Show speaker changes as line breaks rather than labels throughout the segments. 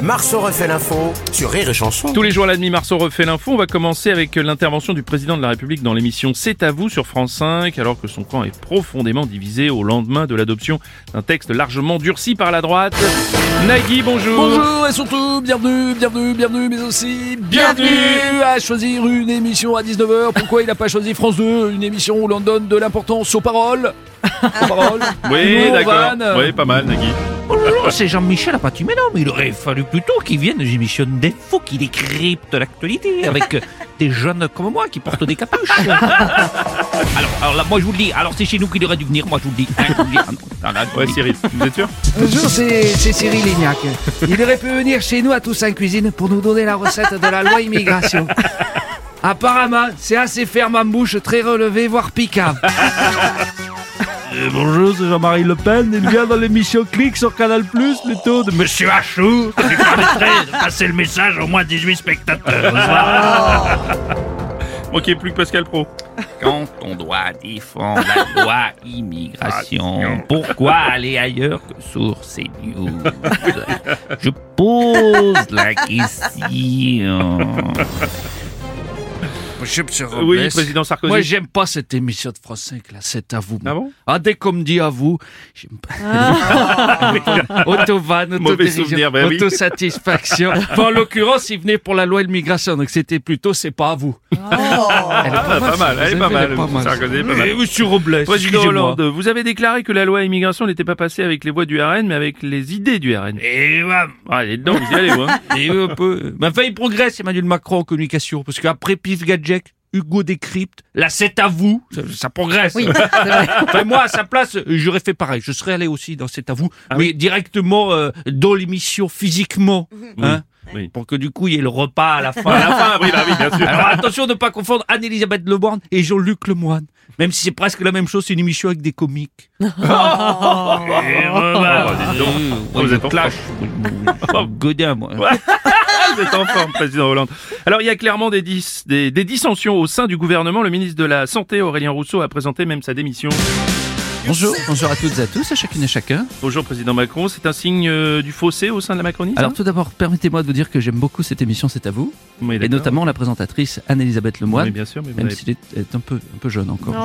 Marceau refait l'info sur Rire et Chanson.
Tous les jours à la demi, Marceau refait l'info. On va commencer avec l'intervention du président de la République dans l'émission C'est à vous sur France 5, alors que son camp est profondément divisé au lendemain de l'adoption d'un texte largement durci par la droite. Nagui, bonjour.
Bonjour et surtout bienvenue, bienvenue, bienvenue, mais aussi bienvenue à choisir une émission à 19h. Pourquoi il n'a pas choisi France 2, une émission où l'on donne de l'importance aux paroles Aux paroles
Oui,
Non,
d'accord.
Van.
Oui, pas mal, Nagui.
Bonjour, Oh c'est Jean-Michel Apathy. Mais non, mais il aurait fallu plutôt qu'il vienne aux émissions d'info, qui décrypte l'actualité avec euh, des jeunes comme moi qui portent des capuches. alors, alors là, moi je vous le dis, alors c'est chez nous qu'il aurait dû venir, moi je vous le dis. Hein, je vous le dis. Ah, non, ah, là, je vous
Ouais,
le dis.
Cyril, vous êtes sûr
Bonjour, c'est c'est Cyril Lignac. Il aurait pu venir chez nous à tous en cuisine pour nous donner la recette de la loi immigration. Apparemment, c'est assez ferme en bouche, très relevé, voire piquant.
Bonjour, c'est Jean-Marie Le Pen. Il vient dans l'émission Clic sur Canal Plus, plutôt de Monsieur Achou. Ça lui permettrait de passer le message aux moins 18 spectateurs.
Manquez plus que Pascal Pro.
Quand on doit défendre la loi immigration, pourquoi aller ailleurs que sur ces news Je pose la question.
Monsieur, monsieur
Oui,
Robles,
président Sarkozy.
Ah, Moi, j'aime pas cette émission de France 5, là. C'est à vous.
Ah
moi.
bon
Ah, dès qu'on me dit à vous, j'aime pas. Auto-van,
Mauvais souvenir, ben oui.
autosatisfaction. Enfin, en l'occurrence, il venait pour la loi immigration, donc c'était plutôt c'est pas à vous. Elle est
Ah, pas mal, elle est pas
vous
mal.
avez, elle est pas mal.
Sarkozy, pas mal.
Monsieur Robles,
Président
excusez-moi.
Hollande, vous avez déclaré que la loi immigration n'était pas passée avec les voix du RN, mais avec les idées du RN.
Eh
Et voilà.
Ah, il est dedans, vous y allez, vous, hein.
Et un peu.
Mais enfin, il euh, ben, progresse, Emmanuel Macron, en communication, parce qu'après Pif Gadget, Hugo décrypte, là, c'est à vous, ça, ça progresse. enfin, moi, à sa place, j'aurais fait pareil. Je serais allé aussi dans cet à vous,
Ah
mais directement euh, dans l'émission physiquement. hein,
Oui.
Pour que du coup, il y ait le repas à la fin.
À la fin, oui, bah oui, bien sûr.
Alors attention de ne pas confondre Anne-Elisabeth Leborn et Jean-Luc Lemoine. Même si c'est presque la même chose, c'est une émission avec des comiques.
Et voilà.
Oh, vous êtes en
clash.
Oh,
Godin, moi.
Vous êtes en forme, président Hollande. Alors, il y a clairement des, dis- des, des dissensions au sein du gouvernement. Le ministre de la Santé, Aurélien Rousseau, a présenté même sa démission.
Bonjour, bonjour à toutes et à tous, à chacune et à chacun.
Bonjour, président Macron. C'est un signe euh, du fossé au sein de la Macronie ça
Alors tout d'abord, permettez-moi de vous dire que j'aime beaucoup cette émission, c'est à vous.
Oui,
et
d'accord.
notamment la présentatrice Anne-Elisabeth Lemoine,
Oui, bien sûr, mais vous
même
avez-
s'il est, est un, peu, un peu jeune encore.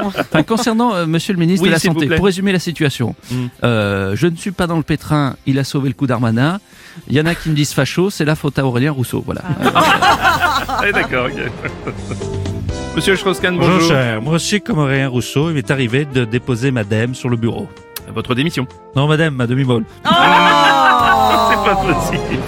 Enfin, concernant euh, Monsieur le ministre
Oui,
de la
s'il vous
Santé,
plaît.
pour résumer la situation,
Mm.
euh, je ne suis pas dans le pétrin, il a sauvé le coup d'Armanin. Il y en a qui me disent facho, c'est la faute à Aurélien Rousseau. Voilà.
Ah, d'accord, ok. Monsieur Strauss-Kahn, bonjour.
cher. Moi aussi, comme Aurélien Rousseau, il m'est arrivé de déposer madame sur le bureau.
Votre démission.
Non, madame, ma demi-molle.
C'est pas possible.